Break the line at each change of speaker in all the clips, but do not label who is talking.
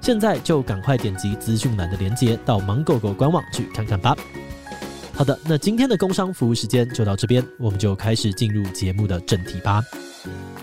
现在就赶快点击资讯栏的链接到盲狗狗官网去看看吧。好的，那今天的工商服务时间就到这边，我们就开始进入节目的正题吧。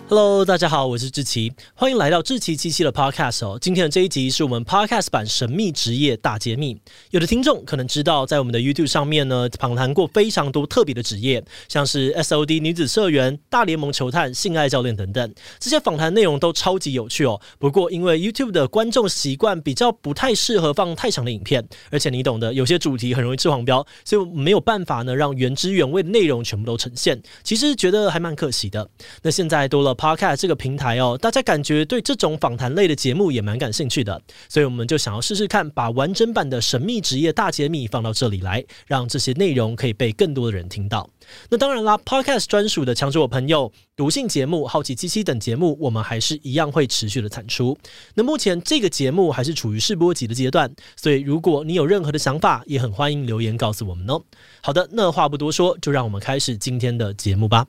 Hello，大家好，我是志奇，欢迎来到志奇七七的 Podcast 哦。今天的这一集是我们 Podcast 版《神秘职业大揭秘》。有的听众可能知道，在我们的 YouTube 上面呢，访谈过非常多特别的职业，像是 SOD 女子社员、大联盟球探、性爱教练等等。这些访谈内容都超级有趣哦。不过因为 YouTube 的观众习惯比较不太适合放太长的影片，而且你懂的，有些主题很容易吃黄标，所以没有办法呢让原汁原味的内容全部都呈现。其实觉得还蛮可惜的。那现在多了 Podcast 这个平台哦，大家感觉对这种访谈类的节目也蛮感兴趣的，所以我们就想要试试看，把完整版的《神秘职业大揭秘》放到这里来，让这些内容可以被更多的人听到。那当然啦，Podcast 专属的《强者我朋友》、毒性节目、好奇七七等节目，我们还是一样会持续的产出。那目前这个节目还是处于试播集的阶段，所以如果你有任何的想法，也很欢迎留言告诉我们哦。好的，那话不多说，就让我们开始今天的节目吧。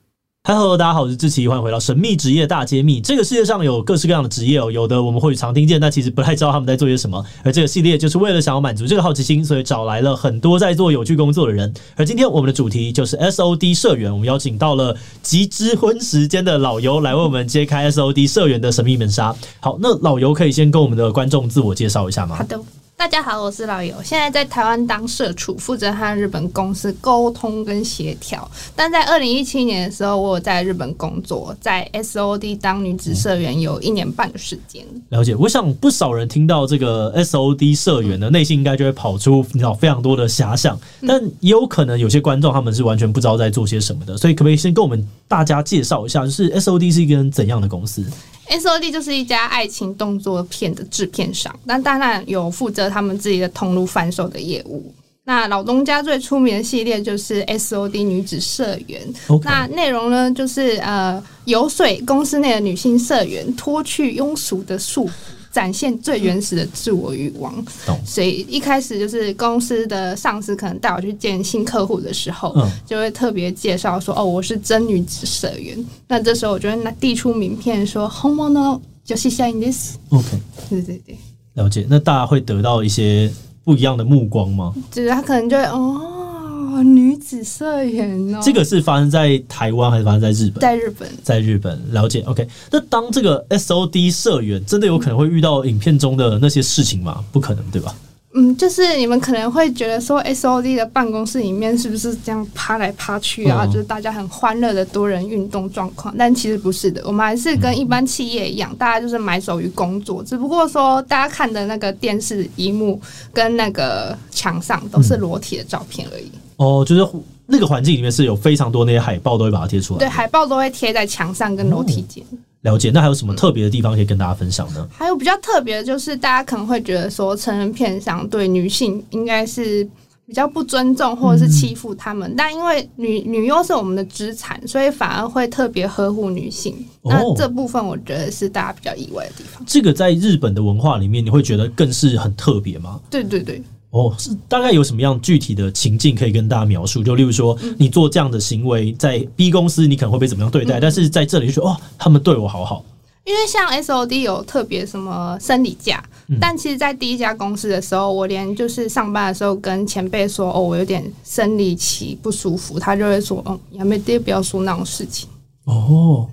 嗨，Hello，大家好，我是志奇，欢迎回到《神秘职业大揭秘》。这个世界上有各式各样的职业哦，有的我们或许常听见，但其实不太知道他们在做些什么。而这个系列就是为了想要满足这个好奇心，所以找来了很多在做有趣工作的人。而今天我们的主题就是 SOD 社员，我们邀请到了集之婚时间的老游来为我们揭开 SOD 社员的神秘门纱。好，那老游可以先跟我们的观众自我介绍一下吗
好？的，大家好，我是老友，现在在台湾当社畜，负责和日本公司沟通跟协调。但在二零一七年的时候，我有在日本工作，在 SOD 当女子社员有一年半的时间。
了解，我想不少人听到这个 SOD 社员呢，内心应该就会跑出你知道非常多的遐想，但也有可能有些观众他们是完全不知道在做些什么的，所以可不可以先跟我们大家介绍一下，就是 SOD 是一个怎样的公司？
SOD 就是一家爱情动作片的制片商，那当然有负责他们自己的通路贩售的业务。那老东家最出名的系列就是 SOD 女子社员
OK
那内容呢就是呃游说公司内的女性社员脱去庸俗的束缚。展现最原始的自我欲望
懂，
所以一开始就是公司的上司可能带我去见新客户的时候，
嗯
就会特别介绍说：“哦，我是真女子社员。”那这时候我就会拿递出名片说 h o m o n o 就是像 this。
OK，
对对对，
了解。那大家会得到一些不一样的目光吗？
就是他可能就会哦，女子社员哦，
这个是发生在台湾还是发生在日本？
在日本
在日本，了解。OK，那当这个 SOD 社员真的有可能会遇到影片中的那些事情吗？不可能，对吧？
嗯，就是你们可能会觉得说，SOD 的办公室里面是不是这样趴来趴去啊？
嗯
就是大家很欢乐的多人运动状况，但其实不是的，我们还是跟一般企业一样，大家就是埋首于工作，只不过说大家看的那个电视荧幕跟那个墙上都是裸体的照片而已。
哦，就是那个环境里面是有非常多那些海报都会把它贴出来。
对，海报都会贴在墙上跟楼梯间。
了解，那还有什么特别的地方可以跟大家分享呢？
还有比较特别的就是，大家可能会觉得说，成人片商对女性应该是比较不尊重或者是欺负她们，但因为女女优是我们的资产，所以反而会特别呵护女性。
哦
那这部分我觉得是大家比较意外的地方。
这个在日本的文化里面，你会觉得更是很特别吗？
对对对，
哦，是大概有什么样具体的情境可以跟大家描述？就例如说，你做这样的行为，在 B 公司你可能会被怎么样对待，但是在这里就觉得哦，他们对我好好，
因为像 SOD 有特别什么生理假，但其实，在第一家公司的时候，我连就是上班的时候跟前辈说，哦，我有点生理期不舒服，他就会说，哦，杨梅爹不要说那种事情。
哦，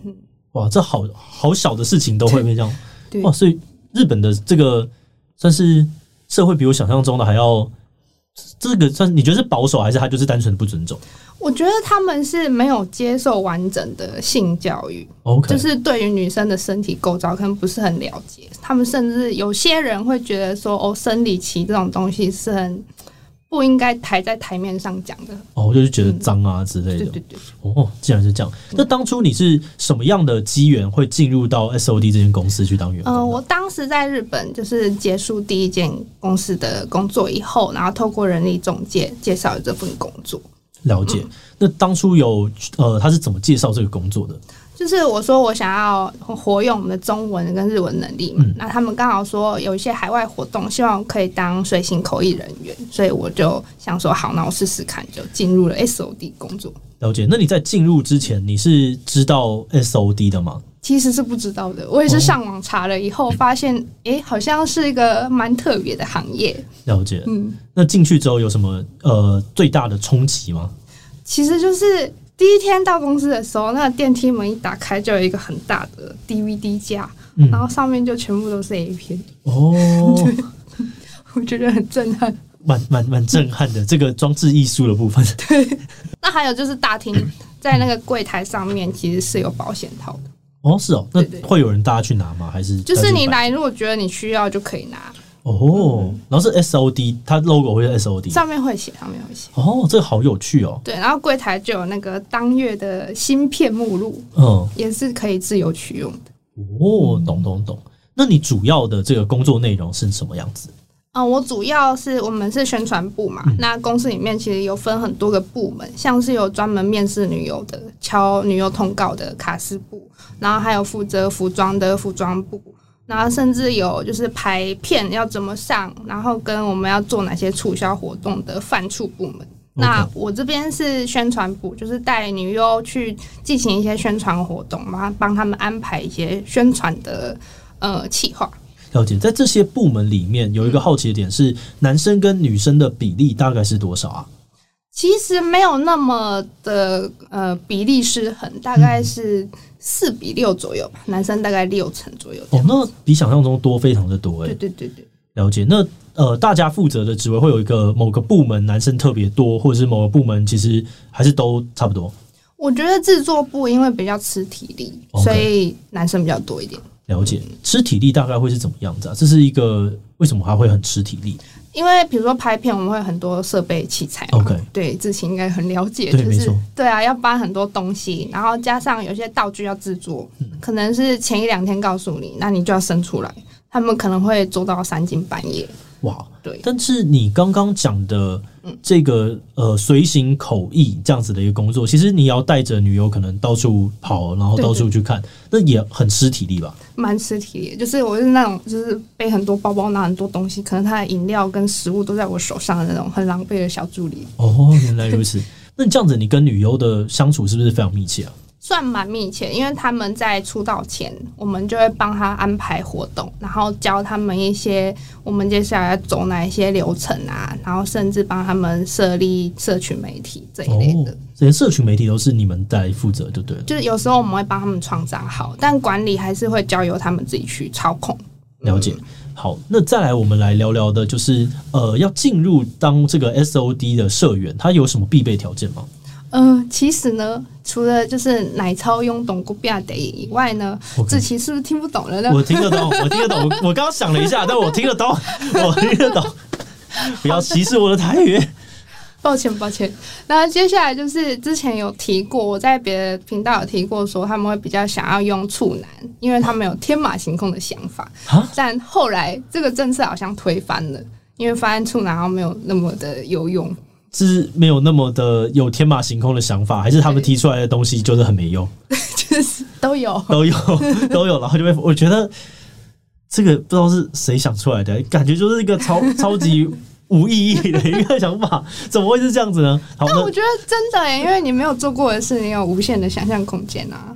哇，这好好小的事情都会被这样，
对
哦哇，所以日本的这个算是社会比我想象中的还要这个算你觉得是保守，还是他就是单纯不尊重
我觉得他们是没有接受完整的性教育，
？OK，
就是对于女生的身体构造可能不是很了解。他们甚至有些人会觉得说，哦，生理期这种东西是很不应该抬在台面上讲的。
哦，我就是觉得脏啊之类
嗯对
的。
对嗯对，
哦，既然是这样，那当初你是什么样的机缘会进入到 SOD 这间公司去当员工
嗯、
的？
我当时在日本就是结束第一间公司的工作以后，然后透过人力中介介绍了这份工作。
了解。那当初有呃，他是怎么介绍这个工作的？
就是我说我想要活用我们的中文跟日文能力嘛，
嗯
那他们刚好说有一些海外活动，希望可以当随行口译人员，所以我就想说好，那我试试看，就进入了 SOD 工作。
了解。那你在进入之前，你是知道 SOD 的吗？
其实是不知道的，我也是上网查了以后发现，诶、好像是一个蛮特别的行业。
了解。
嗯，
那进去之后有什么呃最大的冲击吗？
其实就是第一天到公司的时候，那个电梯门一打开，就有一个很大的 DVD 架，
嗯
然后上面就全部都是 A 片，
哦，
我觉得很震撼。
蛮蛮蛮震撼的，这个装置艺术的部分。
那还有就是大厅在那个柜台上面其实是有保险套的，
哦，是哦，那
对对
会有人大家去拿吗？还是
就是你
大家
来如果觉得你需要就可以拿，
摆哦，然后是 SOD，它 logo 会是 SOD。
上面会写，上面会写。
哦，这个好有趣哦。
对，然后柜台就有那个当月的芯片目录，
嗯，
也是可以自由取用的。
哦，懂懂懂。那你主要的这个工作内容是什么样子？
嗯，我主要是我们是宣传部嘛，那公司里面其实有分很多个部门，像是有专门面试女优的、敲女优通告的卡司部，然后还有负责服装的服装部，然后甚至有就是排片要怎么上，然后跟我们要做哪些促销活动的饭处部门。那我这边是宣传部，就是带女优去进行一些宣传活动，然后帮他们安排一些宣传的呃企划。
了解，在这些部门里面有一个
嗯
好奇的点是，男生跟女生的比例大概是多少啊？
其实没有那么的呃比例失衡，大概是四比六左右吧，男生大概六成左右
哦
这样。，
那比想象中多非常的多诶、欸
对对对对，
了解，那呃，大家负责的职位会有一个某个部门男生特别多，或者是某个部门其实还是都差不多。
我觉得制作部因为比较吃体力
OK
所以男生比较多一点。
了解，
嗯
吃体力大概会是怎么样子啊？这是一个为什么他会很吃体力？
因为比如说拍片，我们会有很多设备器材嘛
OK
对，之前应该很了解，
对
就
没
是
错
对啊，要搬很多东西，然后加上有些道具要制作，
嗯
可能是前一两天告诉你，那你就要生出来，他们可能会做到三更半夜，
哇！
对，
但是你刚刚讲的
嗯
这个呃随行口译这样子的一个工作，其实你要带着女友可能到处跑，然后
对
到处去看，那也很吃体力吧？
蛮吃体力的，就是我是那种就是背很多包包拿很多东西，可能他的饮料跟食物都在我手上的那种很狼狈的小助理，
哦，原来如 此。那你这样子，你跟女优的相处是不是非常密切啊？
算蛮密切。因为他们在出道前，我们就会帮他安排活动，然后教他们一些我们接下来要走哪一些流程啊，然后甚至帮他们设立社群媒体这一类的。
哦，连社群媒体都是你们在负责，就对了。
就是有时候我们会帮他们创账号，但管理还是会交由他们自己去操控。
了解。好，那再来我们来聊聊的，就是呃，要进入当这个 SOD 的社员，他有什么必备条件吗？
嗯、其实呢，除了就是奶超用懂古比亚得以外呢，
OK
志奇是不是听不懂了呢？
我听得懂，我听得懂。我我刚刚想了一下，但我听得懂， 我听得懂。不要歧视我的台语。
抱歉，抱歉。那接下来就是之前有提过，我在别的频道有提过说他们会比较想要用处男，因为他们有天马行空的想法
啊。
但后来这个政策好像推翻了，因为发现处男好像没有那么的有用。
是没有那么的有天马行空的想法，还是他们
对
提出来的东西就是很没用，
就是都有，
都有 都有，然后就被我觉得这个不知道是谁想出来的，感觉就是一个超超级无意义的一个想法，怎么会是这样子呢？好，
但我
那
欸觉得真的耶，因为你没有做过的事，你有无限的想象空间啊。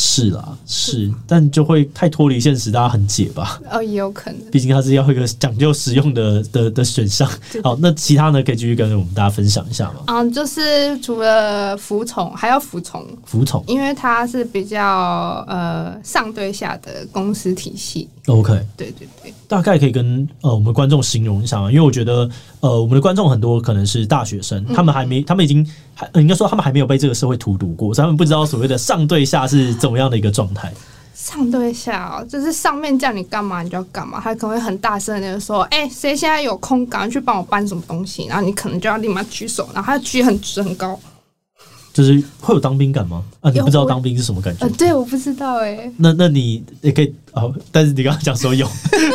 是啦，是，但就会太脱离现实，大家很解吧。
哦，也有可能。
毕竟它是要一个讲究实用的的的选项
对。
好，那其他呢，可以继续跟我们大家分享一下吗？
嗯，就是除了服从，还要服从，
服从
因为它是比较呃上对下的公司体系。
，OK，
对对对，
大概可以跟呃我们观众形容一下嘛，因为我觉得呃我们的观众很多可能是大学生，
嗯
他们还没，他们已经还呃应该说他们还没有被这个社会荼毒过，所以他们不知道所谓的上对下是怎么样的一个状态。
上对下哦，就是上面叫你干嘛你就要干嘛，他可能会很大声的说：“哎、谁现在有空，赶快去帮我搬什么东西。”然后你可能就要立马举手，然后他举很直很高。
就是会有当兵感吗？啊，你
有
不知道
我
当兵是什么感觉
呃，？对，我不知道哎、
那那你也可以哦，但是你刚刚讲说有，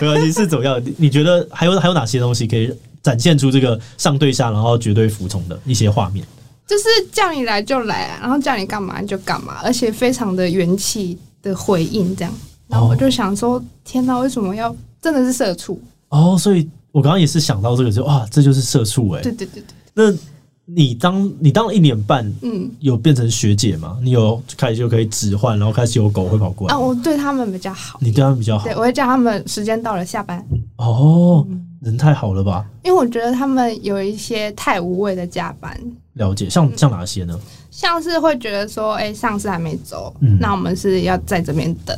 没关系是怎么样？你你觉得还有还有哪些东西可以展现出这个上对下，然后绝对服从的一些画面？
就是叫你来就来、啊，然后叫你干嘛就干嘛，而且非常的元气的回应这样。然后我就想说，天哪，为什么要真的是社畜？
哦，所以我刚刚也是想到这个，就哇，这就是社畜哎、
对对对对，
那你当你当了一年半，
嗯，
有变成学姐吗？你有开始就可以指唤，然后开始有狗会跑过来，
啊，我对他们比较好，
你对他们比较好
对我嗯会叫他们时间到了下班，
哦，人太好了吧？
因为我觉得他们有一些太无谓的加班，
了解，
嗯
像像哪些呢？
像是会觉得说，哎、上司还没走，
嗯
那我们是要在这边等。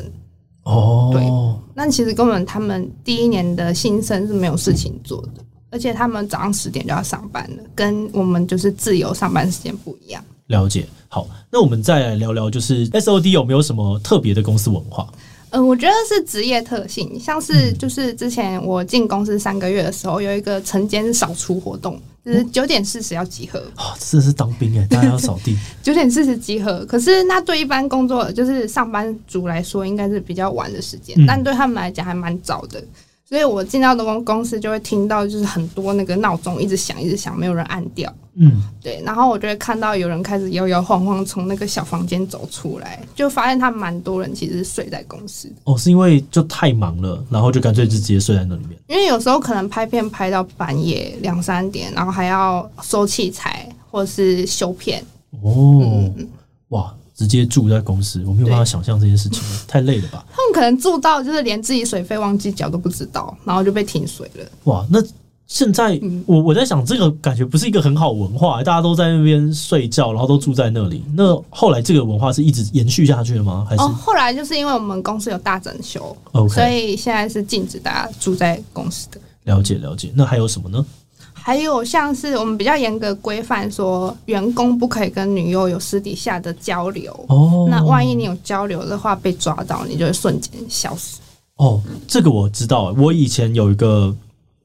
哦，
那其实根本他们第一年的新生是没有事情做的，而且他们早上十点就要上班了，跟我们就是自由上班时间不一样。
了解。好，那我们再来聊聊，就是 S O D 有没有什么特别的公司文化？
嗯，我觉得是职业特性，像是就是之前我进公司三个月的时候，有一个晨间扫除活动，就是九点四十要集合，
哦，这是当兵哎，大家要扫 地
九点四十集合。可是那对一般工作就是上班族来说，应该是比较晚的时间，
嗯
但对他们来讲还蛮早的。所以我进到的公公司就会听到，就是很多那个闹钟一直响，一直响，没有人按掉。
嗯，
对，然后我就会看到有人开始摇摇晃晃从那个小房间走出来，就发现他们蛮多人其实是睡在公司的，
哦，是因为就太忙了，然后就干脆就直接睡在那里面。
因为有时候可能拍片拍到半夜两三点，然后还要收器材或是修片，嗯
哦，哇，直接住在公司，我没有办法想象这件事情，太累了吧？
他们可能住到就是连自己水费忘记缴都不知道，然后就被停水了。
哇，那现在
嗯
我我在想，这个感觉不是一个很好文化、欸大家都在那边睡觉，然后都住在那里。那后来这个文化是一直延续下去的吗？还是、
哦，后来就是因为我们公司有大整修
OK
所以现在是禁止大家住在公司的。
了解了解？那还有什么呢？
还有像是我们比较严格规范说，员工不可以跟女优有私底下的交流。
哦，
那万一你有交流的话，被抓到，你就会瞬间消失。
哦，这个我知道。我以前有一个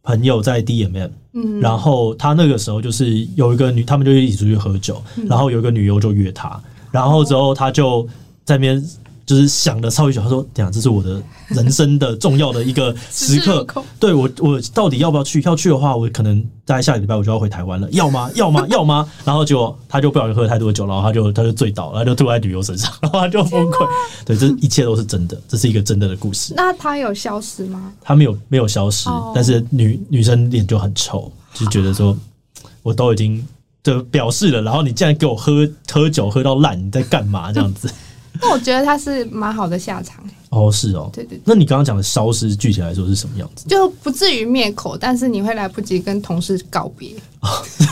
朋友在 DMM，
嗯
然后他那个时候就是有一个女，他们就一起出去喝酒，然后有一个女优就约他，然后之后他就在那边就是想了稍微久，他说：“等一下，这是我的人生的重要的一个时
十字路
刻
口，
对我，我到底要不要去？要去的话，我可能在下个礼拜我就要回台湾了，要吗？ 要吗？要吗？”然后结果他就不小心喝了太多酒，然后他就他就醉倒了，然后就吐在女优身上，然后他就崩溃。对，这一切都是真的，这是一个真的的故事。
那他有消失吗？
他没有没有消失，
哦
但是女女生脸就很臭，就觉得说我都已经就表示了，然后你竟然给我喝喝酒喝到烂，你在干嘛这样 子？
那我觉得他是蛮好的下场，
哦，是哦。
对对对，
那你刚刚讲的消失，具体来说是什么样子？
就不至于灭口，但是你会来不及跟同事告别。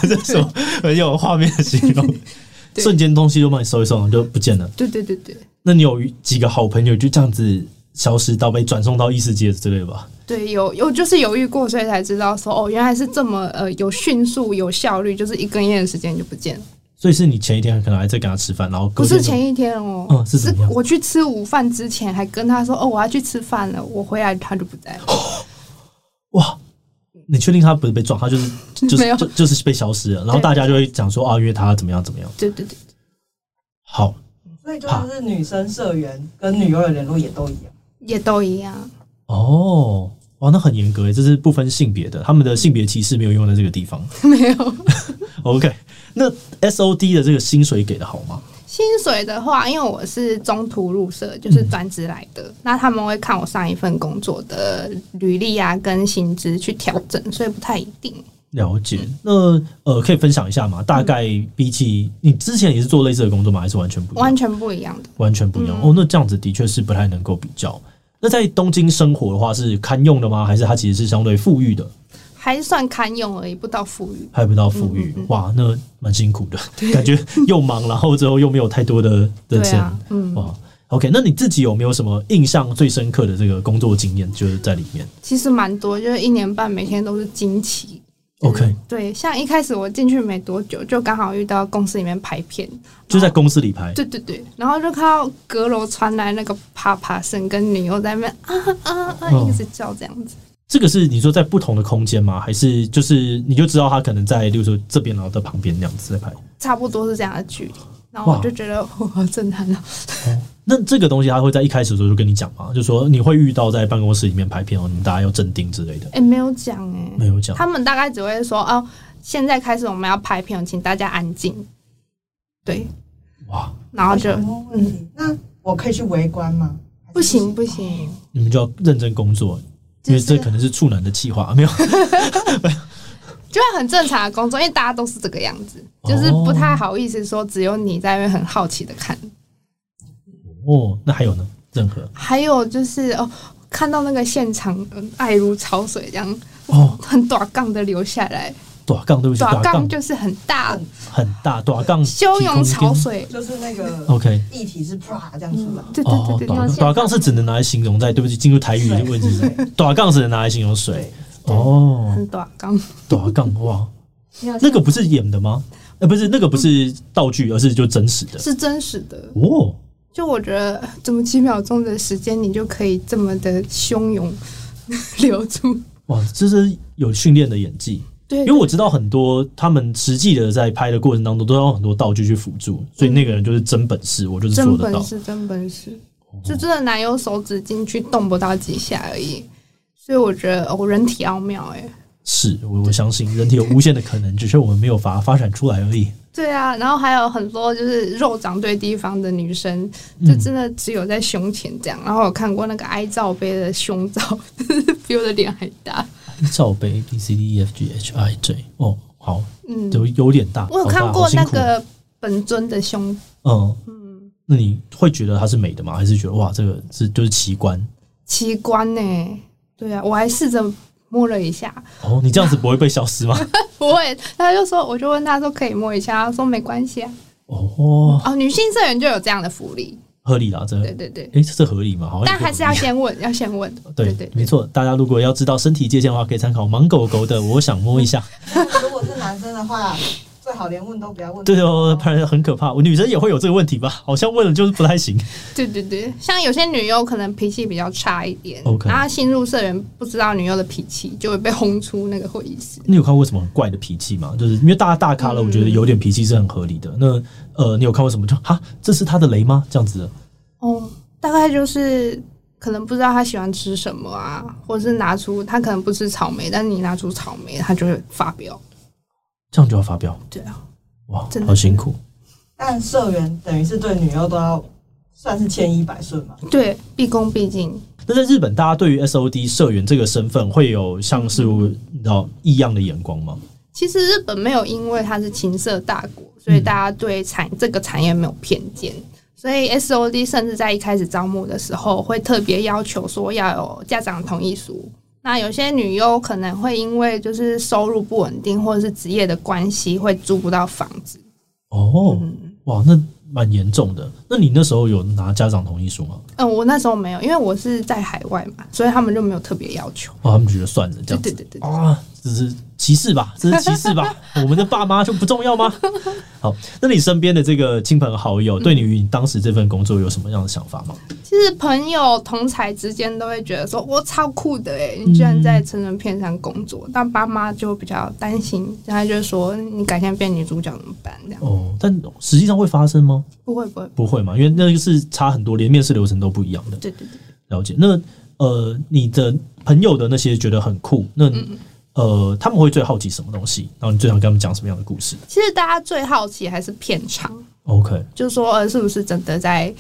这是什么很有画面的形容？
对
瞬间东西就帮你收一收，然后就不见了。
对对对对
那你有几个好朋友就这样子消失到被转送到异世界之类的吧？
对，有有就是犹豫过，所以才知道说哦，原来是这么呃有迅速有效率，就是一根烟的时间就不见了。
所
所
以是你前一天可能还在跟他吃饭，然后隔
不是
天就
前一天哦，
嗯是怎么样
我去吃午饭之前还跟他说哦，我要去吃饭了，我回来他就不在了。
哇，你确定他不是被撞，他就是就
没
是
有
就就是被消失了，然后
对
大家就会讲说啊，约他怎么样怎么样。
对对对，
好，
所以就是女生社员跟女优的联络也都一样。
也都一样。
哦，哇，那很严格耶，这是不分性别的，他们的性别歧视没有用在这个地方。
没有
OK，那 SOD 的这个薪水给的好吗？
薪水的话，因为我是中途入社，就是
嗯
专职来的，那他们会看我上一份工作的履历啊跟薪资去调整，所以不太一定。
了解。那呃，可以分享一下吗？大概比起你之前也是做类似的工作吗？还是完全不一样
完？嗯全不一样的。
完全不一样、哦。那这样子的确是不太能够比较。那在东京生活的话，是堪用的吗？还是它其实是相对富裕的，
还算堪用而已，不到富裕。
还不到富
嗯
裕？哇，那蛮辛苦的，感觉又忙，然后之后又没有太多的的
对
钱。
啊，嗯，
哇，OK，那你自己有没有什么印象最深刻的这个工作经验？就是在里面
其实蛮多，就是一年半每天都是惊奇。
，OK，
对，像一开始我进去没多久，就刚好遇到公司里面拍片，
就在公司里拍。
对对对，然后就看到阁楼传来那个啪啪声，跟女优在那边啊啊啊
嗯
一直叫这样子。
这个是你说在不同的空间吗？还是就是你就知道他可能在，例如说这边，然后在旁边那样子在拍？
差不多是这样的距离。然后我
哇
就觉得我好震撼啊了。
那这个东西他会在一开始的时候就跟你讲吗？就说你会遇到在办公室里面拍片哦，你们大家要镇定之类的，
哎、没有讲哎、
没有讲。
他们大概只会说哦，现在开始我们要拍片，请大家安静。对，
哇，
然后就
哦
我想问问题那我可以去围观吗？
嗯不行不行，
你们就要认真工作，因为这可能是处男的气话，没有
就会很正常的工作，因为大家都是这个样子，
哦
就是不太好意思说只有你在那边很好奇的看。
哦。那还有呢？任何
还有就是哦，看到那个现场嗯爱如潮水这样
哦，
很短杠的流下来，
短杠对不起，
短
短
杠
杠哦
就是很大
很大，短杠
汹涌潮
提供一
水。
就是那
点
个
，OK。
液体是啪这样出来，
对对
哦，
对对，
短
那
杠
种
短杠是只能拿来形容在，对不起，进入台语的问题是， 短杠只能拿来形容水。哦，
很短杠。
短杠哇，那
那
个不是演的吗？呃，不是，那个不是道具，而是就真实的。
是真实的。
哦，
就我觉得，怎么几秒钟的时间，你就可以这么的汹涌 流出？
哇，这是有训练的演技，
对
因为，我知道很多他们实际的在拍的过程当中，都要用很多道具去辅助，所以那个人就是真本事，我就是
真
做得到哦
本。事，真本事，就真的哪有手指进去动不到几下而已。所以我觉得，哦，人体奥妙哎、
是我我相信人体有无限的可能，只是我们没有把它发展出来而已。
对啊，然后还有很多就是肉长对地方的女生，
嗯
就真的只有在胸前这样。然后我看过那个哀罩杯的胸罩， 就是比我的脸还大。
罩杯 B C D E F G H I J 哦，好，
嗯，
有有点大。
我有
好大
看过
好辛
那
苦
个本尊的胸，
嗯，
嗯，
那你会觉得它是美的吗？还是觉得哇，这个是就是奇观？
奇观呢、对啊，我还试着摸了一下，
哦，你这样子不会被消失吗？
不会，他就说，我就问他说可以摸一下，他说没关系啊。
哦，
哦，女性社员就有这样的福利，
合理啦，这
对对对，
诶，哦这合理吗？好像也
但还是要
合理啊
先问，要先问，
对
对
没错。大家如果要知道身体界限的话，可以参考盲狗狗的。我想摸一 下，
那如果是男生的话，最好连问都不要问。
对哦，不然很可怕。我女生也会有这个问题吧？好像问了就是不太行。
对对对，像有些女优可能脾气比较差一点
OK
然后她新入社员不知道女优的脾气，就会被轰出那个会议室。
你有看过什么很怪的脾气吗？就是因为大家大咖了，
嗯
我觉得有点脾气是很合理的。那呃，你有看过什么就哈，这是他的雷吗？这样子的
哦，大概就是可能不知道她喜欢吃什么啊，或者是拿出她可能不吃草莓，但你拿出草莓，她就会发飙。
这样就要发飙
对啊，
哇
真，的
好辛苦。
但社员等于是对女优都要算是千依百顺 嘛。
对，毕恭毕敬。
那在日本，大家对于 SOD 社员这个身份会有像是
嗯
你知道异样的眼光吗？
其实日本没有因为它是情色大国，所
嗯
以大家对产这个产业没有偏见。所以 SOD 甚至在一开始招募的时候，会特别要求说要有家长同意书。那有些女优可能会因为就是收入不稳定，或者是职业的关系，会租不到房子。
哦，
嗯
哇，那蛮严重的。那你那时候有拿家长同意书吗？
嗯，我那时候没有，因为我是在海外嘛，所以他们就没有特别要求。
哦，他们觉得算了，这
对
样
对
子
对对，对
啊，这是歧视吧？这是歧视吧？我们的爸妈就不重要吗？好，那你身边的这个亲朋好友，对你于你当时这份工作有什么样的想法吗？
其实朋友同才之间都会觉得说，我超酷的哎，你居然在成人片上工作，但爸妈就比较担心，然后就说你改天变女主角怎么办？这样
哦，但实际上会发生吗？
不会不会，
不会嘛，因为那个是差很多，连面试流程都不一样的。
对对对，
了解。那呃，你的朋友的那些觉得很酷，那你、呃，他们会最好奇什么东西？然后你最想跟他们讲什么样的故事
其实大家最好奇还是片场，
？OK，
就说呃是不是真的在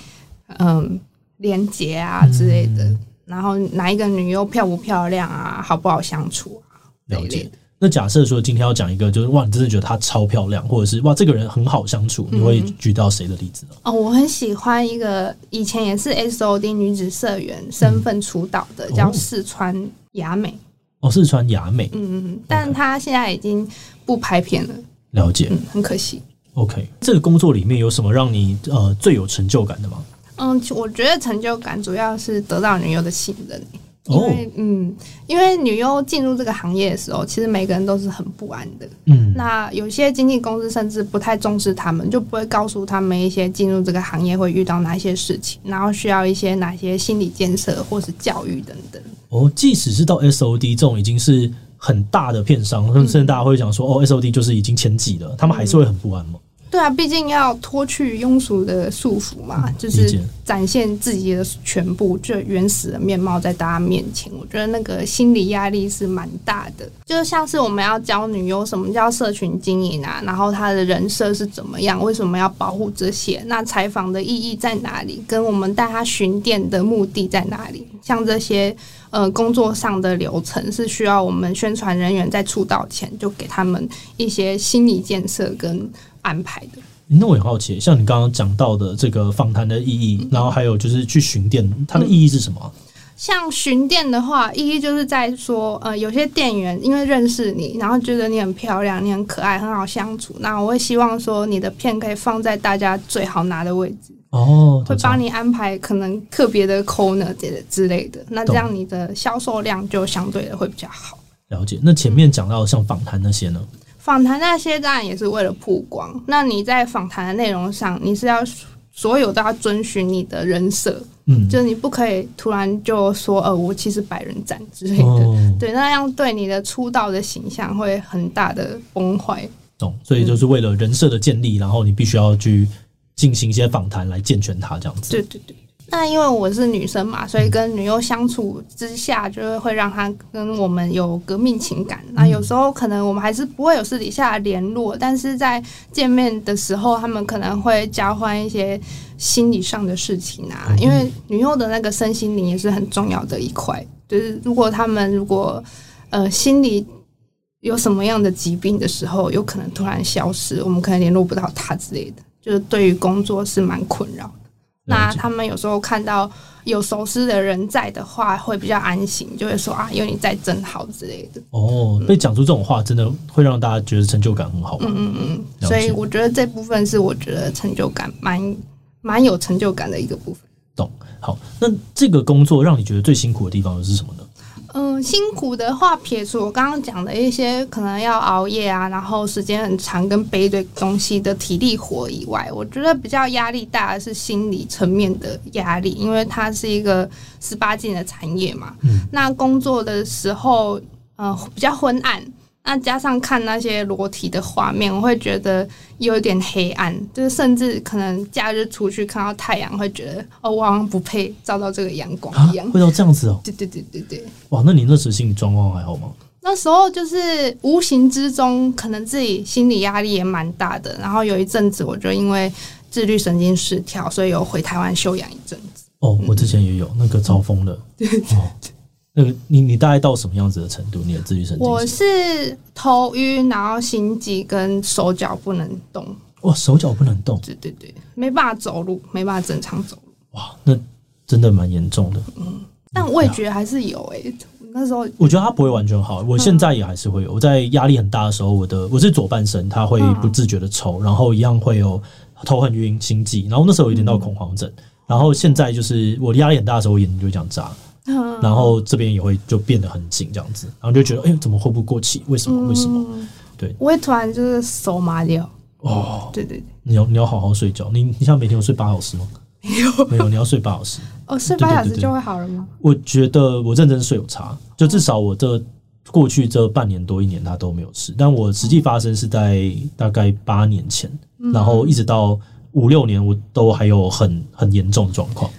嗯连接啊之类的，然后哪一个女优漂不漂亮啊，好不好相处啊，
了解。那假设说今天要讲一个，就是哇，你真的觉得她超漂亮，或者是哇，这个人很好相处，你会举到谁的例子呢？
哦，我很喜欢一个以前也是 S O D 女子社员身份出道的，
嗯哦
叫四川雅美。
哦，四川雅美，
嗯，嗯，但她现在已经不拍片了，
了解。
嗯，很可惜。
OK，这个工作里面有什么让你呃最有成就感的吗？
嗯，我觉得成就感主要是得到女优的信任。因
哦，
为、嗯，因为女优进入这个行业的时候，其实每个人都是很不安的。
嗯，
那有些经纪公司甚至不太重视他们，就不会告诉他们一些进入这个行业会遇到哪些事情，然后需要一些哪些心理建设或是教育等等。
哦，即使是到 SOD 这种已经是很大的片商，
嗯
甚至大家会讲说，哦，SOD 就是已经前几了，他们还是会很不安吗？
对啊，毕竟要脱去庸俗的束缚嘛，就
嗯理
是
解
展现自己的全部最原始的面貌在大家面前。我觉得那个心理压力是蛮大的，就像是我们要教女优什么叫社群经营啊，然后她的人设是怎么样，为什么要保护这些？那采访的意义在哪里？跟我们带她巡店的目的在哪里？像这些呃工作上的流程是需要我们宣传人员在出道前就给他们一些心理建设跟安排的。
那我很好奇，像你刚刚讲到的这个访谈的意
嗯
义，然后还有就是去巡店，它的意义是什么啊？
像巡店的话，意义就是在说，呃，有些店员因为认识你，然后觉得你很漂亮，你很可爱，很好相处，那我会希望说你的片可以放在大家最好拿的位置，
哦，
会帮
你
你安排可能特别的 corner 之之类的，那这
懂
样你的销售量就相对的会比较好。
了解。那前面讲到的像访谈那些呢？
访谈那些当然也是为了曝光，那你在访谈的内容上，你是要所有都要遵循你的人设，
嗯，
就是你不可以突然就说，呃，我其实百人斩之类的。
哦，
对，那样对你的出道的形象会很大的崩坏。
懂。哦所以就是为了人设的建立，然后你必须要去进行一些访谈来健全它，这样子。
对对对。那因为我是女生嘛，所以跟女优相处之下，就是会让她跟我们有革命情感。那有时候可能我们还是不会有私底下的联络，但是在见面的时候，他们可能会交换一些心理上的事情啊。
嗯
因为女优的那个身心灵也是很重要的一块，就是如果他们如果呃心理有什么样的疾病的时候，有可能突然消失，我们可能联络不到他之类的，就是对于工作是蛮困扰。那
了解
他们有时候看到有熟识的人在的话，会比较安心，就会说啊，有你在真好之类的。
哦，被讲出这种话，真的会让大家觉得成就感很好吗？
嗯嗯
了解
嗯，所以我觉得这部分是我觉得成就感蛮蛮有成就感的一个部分。
懂。好，那这个工作让你觉得最辛苦的地方又是什么呢？
嗯，辛苦的话，撇除我刚刚讲的一些可能要熬夜啊，然后时间很长跟背对东西的体力活以外，我觉得比较压力大的是心理层面的压力，因为它是一个十八禁的产业嘛。
嗯
那工作的时候，呃，比较昏暗。那加上看那些裸体的画面，我会觉得有一点黑暗，就是甚至可能假日出去看到太阳，会觉得哦，我好像不配照到这个阳光
啊
一样，。
会到这样子哦、
对对对对对。
哇，那你那时心理状况还好吗？
那时候就是无形之中，可能自己心理压力也蛮大的。然后有一阵子，我就因为自律神经失调，所以有回台湾休养一阵子。
哦，我之前也有那个超疯的，哦，那个你你大概到什么样子的程度？你的自律神经
我
是？
是头晕，然后心悸跟手脚不能动，
哇，手脚不能动，
对对对，没办法走路，没办法正常走路。
哇，那真的蛮严重的。
但味觉还是有诶、我那时候
我觉得它不会完全好，我现在也还是会有。我在压力很大的时候，我的我是左半身，它会不自觉的抽，然后一样会有头很晕、心悸，然后那时候有一点到恐慌症。然后现在就是我压力很大的时候，我眼睛就会这样眨，
嗯
然后这边也会就变得很紧，这样子，然后就觉得哎、怎么会不过气？为什么？为什么？
嗯
对
我会突然就是手麻掉，
哦，
对对对，
你要你要好好睡觉。你你像每天有睡八小时吗？没有，你要睡八小时。
哦，睡
对
八
对
小
对
时
对
就会好了吗？，
我觉得我认真睡有差，就至少我这过去这半年多一年他都没有事，但我实际发生是在大概八年前，然后一直到五六年我都还有很很严重的状况。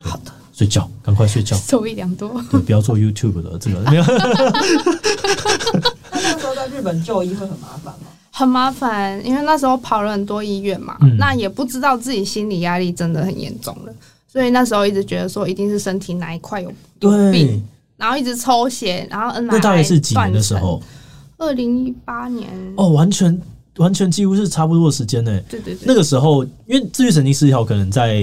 好的，睡觉，赶快睡觉
受一两多，
对，不要做 YouTube 的这个 没有。
那时候在日本就医会很麻烦吗？
很麻烦，因为那时候跑了很多医院嘛，
嗯
那也不知道自己心理压力真的很严重了，所以那时候一直觉得说一定是身体哪一块有，
对
病，然后一直抽血，然后 N
那大概是几年的时候？
二零一八年，
哦，完全完全几乎是差不多的时间呢、
对对对
哦那，个时候，因为自律神经失调可能在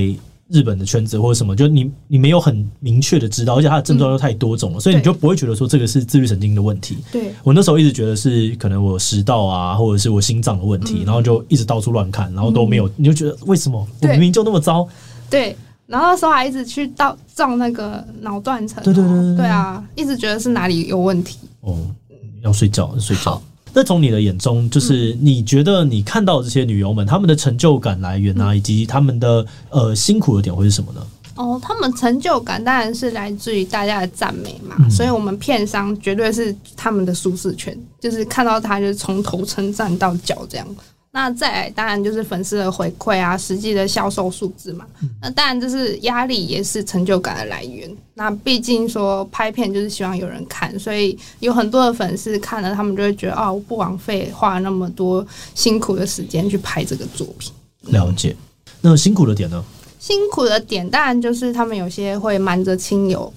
日本的圈子或者什么，就你你没有很明确的知道，而且它的症状又太多种了，所以你就不会觉得说这个是自律神经的问题。
对
我那时候一直觉得是可能我食道啊，或者是我心脏的问题，然后就一直到处乱看，然后都没有，你就觉得为什么我
对
明明就那么糟？
对。然后那时候还一直去到照那个脑断层哦，
对对对对对
对啊，一直觉得是哪里有问题。
哦，要睡觉睡觉。那从你的眼中，就是你觉得你看到这些女优们，她们的成就感来源啊，以及她们的呃辛苦的点会是什么呢？
哦，他们成就感当然是来自于大家的赞美嘛，
嗯
所以我们片商绝对是他们的舒适圈，就是看到他就是从头称赞到脚这样。那再来当然就是粉丝的回馈啊，实际的销售数字嘛。那当然就是压力也是成就感的来源。那毕竟说拍片就是希望有人看，所以有很多的粉丝看了，他们就会觉得哦，我不枉费花那么多辛苦的时间去拍这个作品。
了解。那辛苦的点呢？
辛苦的点当然就是他们有些会瞒着亲友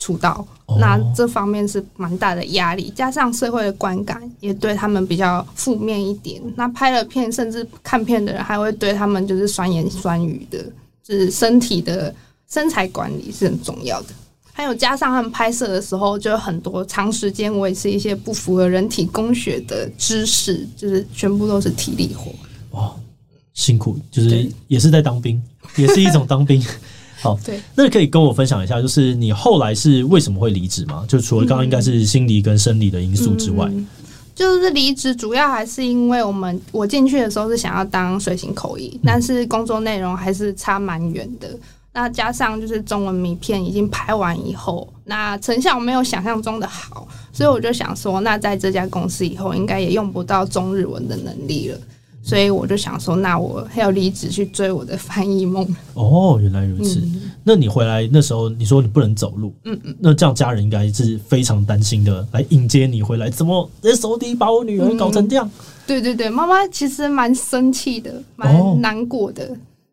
出道，
哦
那这方面是蛮大的压力，加上社会的观感也对他们比较负面一点。那拍了片，甚至看片的人还会对他们就是酸言酸语的，就是身体的身材管理是很重要的。还有加上他们拍摄的时候，就有很多长时间维持一些不符合人体工学的知识，就是全部都是体力活。
哇，辛苦，就是
对
也是在当 兵，也是一种当兵。 好，
对，
那可以跟我分享一下，就是你后来是为什么会离职吗？就除了刚刚应该是心理跟生理的因素之外，
嗯就是离职主要还是因为我们我进去的时候是想要当随行口译，但是工作内容还是差蛮远的。那加上就是中文名片已经拍完以后，那成效没有想象中的好，所以我就想说，那在这家公司以后应该也用不到中日文的能力了。所以我就想说，那我还要离职去追我的翻译梦。
哦，原来如此。
嗯，
那你回来那时候，你说你不能走路，
嗯嗯，
那这样家人应该是非常担心的，来迎接你回来。怎么 S O D 把我女儿搞成这样？
对对对，妈妈其实蛮生气的，蛮难过的。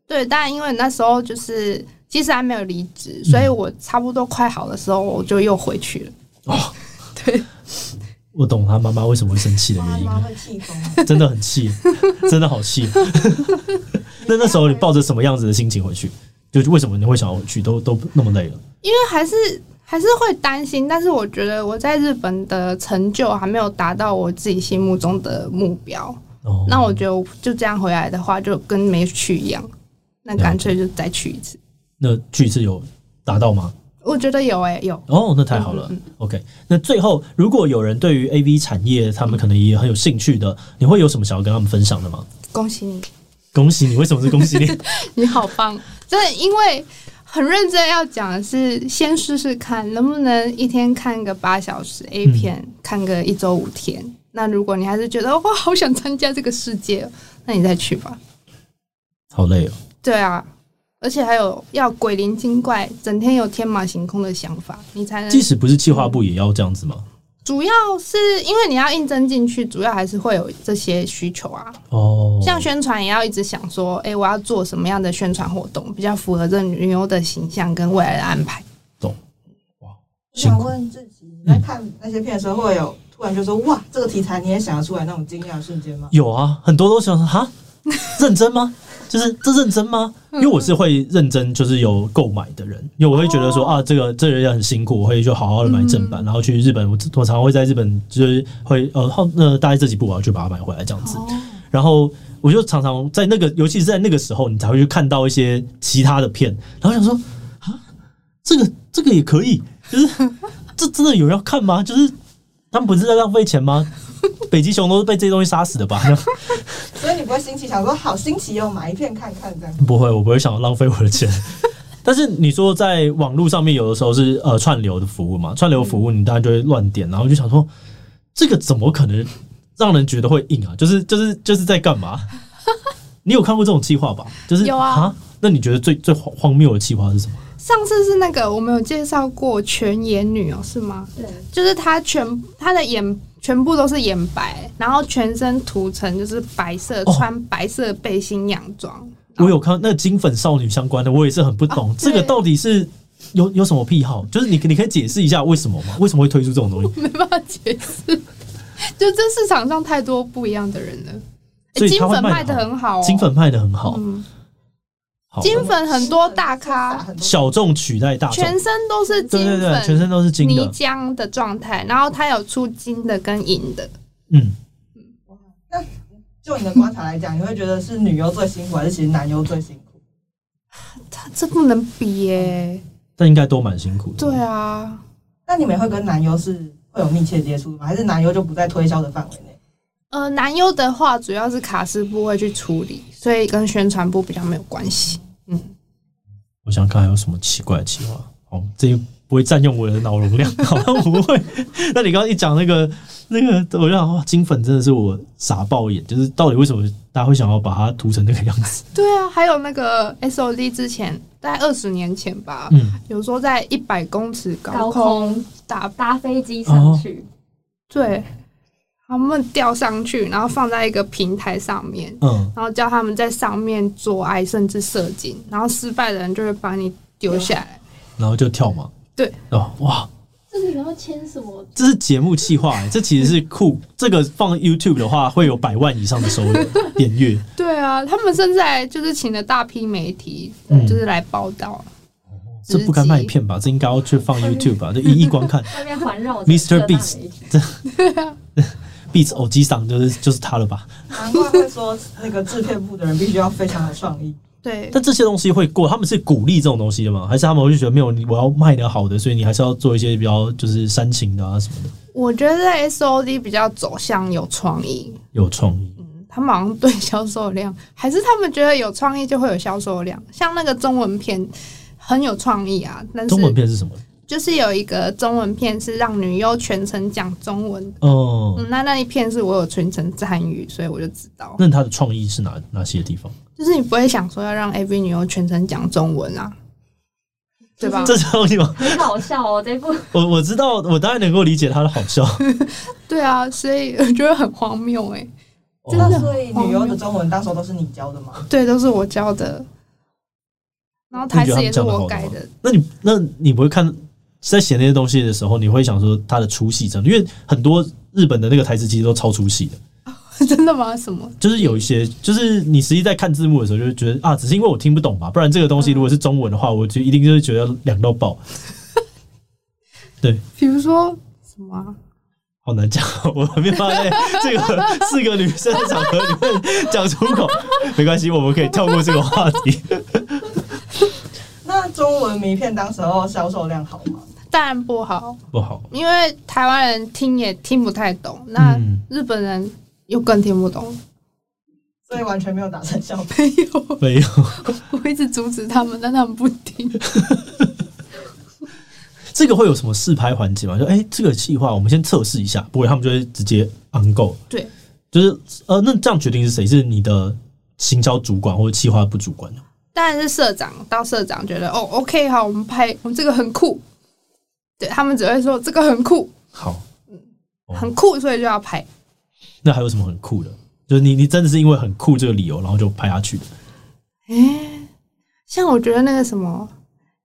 对，但因为那时候就是其实还没有离职，所以我差不多快好的时候，我就又回去了。
哦，
嗯 对，
我懂他妈妈为什么会生气的
妈
原因
妈
了，
会气疯。啊
真的很气， 真的好气。 那那时候你抱着什么样子的心情回去？就是为什么你会想要回去？都都那么累了，
因为还是还是会担心，但是我觉得我在日本的成就还没有达到我自己心目中的目标。
哦，
那我觉得我就这样回来的话，就跟没去一样。那干脆就再去一次。
那去一次有达到吗？
我觉得有诶、欸有。
哦，那太好了。
嗯
OK，那最后如果有人对于 AV 产业他们可能也很有兴趣的，你会有什么想要跟他们分享的吗？
恭喜你，
恭喜你！为什么是恭喜你？
你好棒！真的，因为很认真要讲的是，先试试看能不能一天看个八小时 A 片，看个一周五天。那如果你还是觉得哇，好想参加这个世界哦，那你再去吧。
好累哦。
对啊，而且还有要鬼灵精怪，整天有天马行空的想法，你才能
即使不是企划部，也要这样子吗？
主要是因为你要应征进去，主要还是会有这些需求啊。
哦，
像宣传也要一直想说，哎、我要做什么样的宣传活动比较符合这女优的形象跟未来的安排。
我想问自己，你在看那些片的时候，会有突然就说哇，这个题材你也想得出来那种惊讶的瞬间吗？
有啊，很多都想说哈，认真吗？就是这认真吗？因为我是会认真，就是有购买的人，因为我会觉得说、
哦
啊，这个这个人很辛苦，我会就好好的买正版，然后去日本，我我常常会在日本就是会呃后那大概这几部我要去把它买回来这样子，然后。我就常常在那个，尤其是在那个时候，你才会去看到一些其他的片，然后想说啊，这个这个也可以，就是这真的有人要看吗？就是他们不是在浪费钱吗？北极熊都是被这些东西杀死的吧？
所以你不会新奇想说好新奇哦，买一片看看这样。
不会，我不会想要浪费我的钱。 但是你说在网络上面，有的时候是呃串流的服务嘛，串流服务你当然就会乱点，然后就想说这个怎么可能让人觉得会硬啊？就是就是就是在干嘛？ 你有看过这种计划吧？就是
有啊
哈那你觉得最最荒荒谬的计划是什么？
上次是那个我们有介绍过全眼女哦，是吗？
对，
就是她全她的眼全部都是眼白，然后全身涂成就是白色，
哦
穿白色背心洋装。
我有看那个金粉少女相关的，我也是很不懂，
啊
这个
对
到底是有有什
哦
么癖好？就是你你可以解释一下为什么吗？为什么会推出这种东西？
没办法解释，就这市场上太多不一样的人了。
所
欸
以
金
他会
粉
卖
卖
得
的
好
很好、哦，
金粉卖的很好，
嗯，
好
金粉很多大咖，
很多
小众取代大众，
全身都是金
对啊对
粉，
对，全身都是金
泥
的，
浆的状态，然后它有出金的跟银的，
嗯，
就你的观察来讲，你会觉得是女优最辛苦，还是其实男优最辛苦？
它啊这不能比耶、
但应该都蛮辛苦的。
对啊，
那你们会跟男优是会有密切接触的吗？还是男优就不在推销的范围内？
呃，男优的话主要是卡斯部会去处理，所以跟宣传部比较没有关系。嗯，
我想看还有什么奇怪的企划。好，这不会占用我的脑容量，好像不会。 那你刚刚一讲那个那个，我就想哇，金粉真的是我傻爆眼，就是到底为什么大家会想要把它涂成那个样子？
对啊，还有那个 S O D 之前大概二十年前吧，
嗯，
有时候在一百公尺高
高
空
空
打，
搭飞机上去，
对，他们吊上去，然后放在一个平台上面，
嗯，
然后叫他们在上面做爱甚至射精，然后失败的人就会把你丢下来。
然后就跳嘛。
对，
哦，哇，
这个你要签什么？
这是节目企划、欸，这其实是酷。这个放 YouTube 的话，会有百万以上的收入点 阅。
对啊，他们现在就是请了大批媒体，
嗯
就是来报道。
这不该卖片吧？这应该要去放 YouTube 吧？这一亿观看
外面环绕
Mr. Beast，Beats 偶机上就是就是他了吧？
难怪会说那个制片部的人必须要非常的创意。
对，
但这些东西会过，他们是鼓励这种东西的吗？还是他们会觉得没有，你我要卖的好的，所以你还是要做一些比较就是煽情的啊什么的，
我觉得 S O D 比较走向有创意，
有创意。
嗯，他们好像对销售量， 还是他们觉得有创意就会有销售量。像那个中文片很有创意啊，但是
中文片是什么？
就是有一个中文片是让女优全程讲中文的，
哦、
嗯，那那一片是我有全程参与，所以我就知道。
那它的创意是哪哪些地方？
就是你不会想说要让 AV 女优全程讲中文啊，对吧？
这创意吗？
很搞笑哦，这部
我我知道，我当然能够理解它的好笑。
对啊，所以我觉得很荒谬哎、 真的
那所
哦
以女优的中文当时候都是你教的吗？
对，都是我教的，然后台词也是我改的，
那你那你不会看在写那些东西的时候，你会想说它的出戏程度，因为很多日本的那个台词其实都超出戏的。
真的吗？什么？
就是有一些，就是你实际在看字幕的时候，就会觉得啊，只是因为我听不懂嘛，不然这个东西如果是中文的话，我就一定就是觉得凉到爆，
比如说什么、啊？
好难讲，我没有办法在这个四个女生的场合里面讲出口，没关系，我们可以跳过这个话题。
那中文名片当时候销售量好吗？
当然不好，
不好，
因为台湾人听也听不太懂，那
嗯
日本人又更听不懂。
所以完全没有达成效果。
没有，
没有，
我一直阻止他们，但他们不听。
这个会有什么试拍环节吗？就哎、这个计划我们先测试一下，不会他们就会直接 on go。
对，
就是呃，那这样决定是谁？是你的行销主管或者企划部主管？
当然是社长到社长觉得哦，OK，好，我们拍，我们这个很酷。对他们只会说这个很酷，
好，哦
很酷，所以就要拍。
那还有什么很酷的？就是你你真的是因为很酷这个理由，然后就拍下去的。
像我觉得那个什么，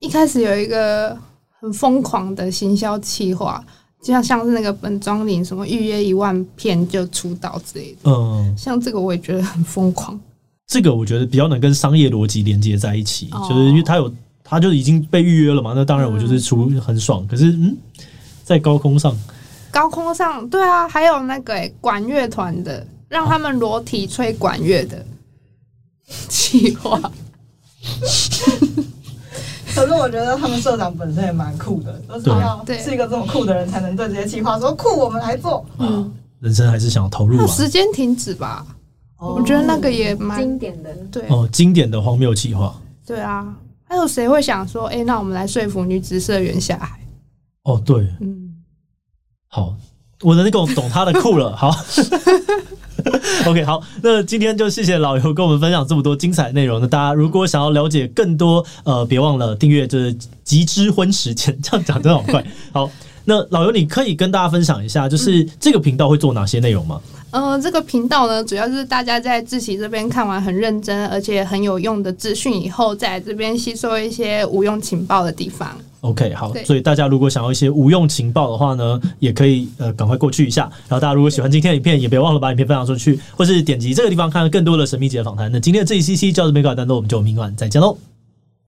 一开始有一个很疯狂的行销企划，就像像是那个本庄林什么预约一万片就出道之类的，
嗯，
像这个我也觉得很疯狂。
这个我觉得比较能跟商业逻辑连接在一起，
哦
就是因为它有，它就已经被预约了嘛。那当然我就是出很爽，可是嗯，在高空上，
高空上，对啊，还有那个、欸、管乐团的，让他们裸体吹管乐的 企划。
可是我觉得他们社长本身也蛮酷的，都知道
对
是一个这么酷的人才能对这些企划说酷，我们来做。
嗯，哦
人生还是想要投入
那
啊。
时间停止吧，
我
我觉得那个也蛮
经典的，
对
哦，经典的荒谬计划。
对啊。还有谁会想说，哎、那我们来说服女子社员下海？
哦，对，
嗯，
好，我能够懂他的酷了。好，OK，好，那今天就谢谢老游跟我们分享这么多精彩内容。那大家如果想要了解更多，呃，别忘了订阅就是《极之婚时间》，这样讲真的好快。好，那老游你可以跟大家分享一下，就是这个频道会做哪些内容吗？
呃，这个频道呢，主要就是大家在自习这边看完很认真而且很有用的资讯以后，在这边吸收一些无用情报的地方。
OK，好，
对
所以大家如果想要一些无用情报的话呢，也可以呃赶快过去一下。然后大家如果喜欢今天的影片，也别忘了把影片分享出去，或是点击这个地方看看更多的神秘姐的访谈。那今天的这一期期教室没搞单都我们就明晚再见喽，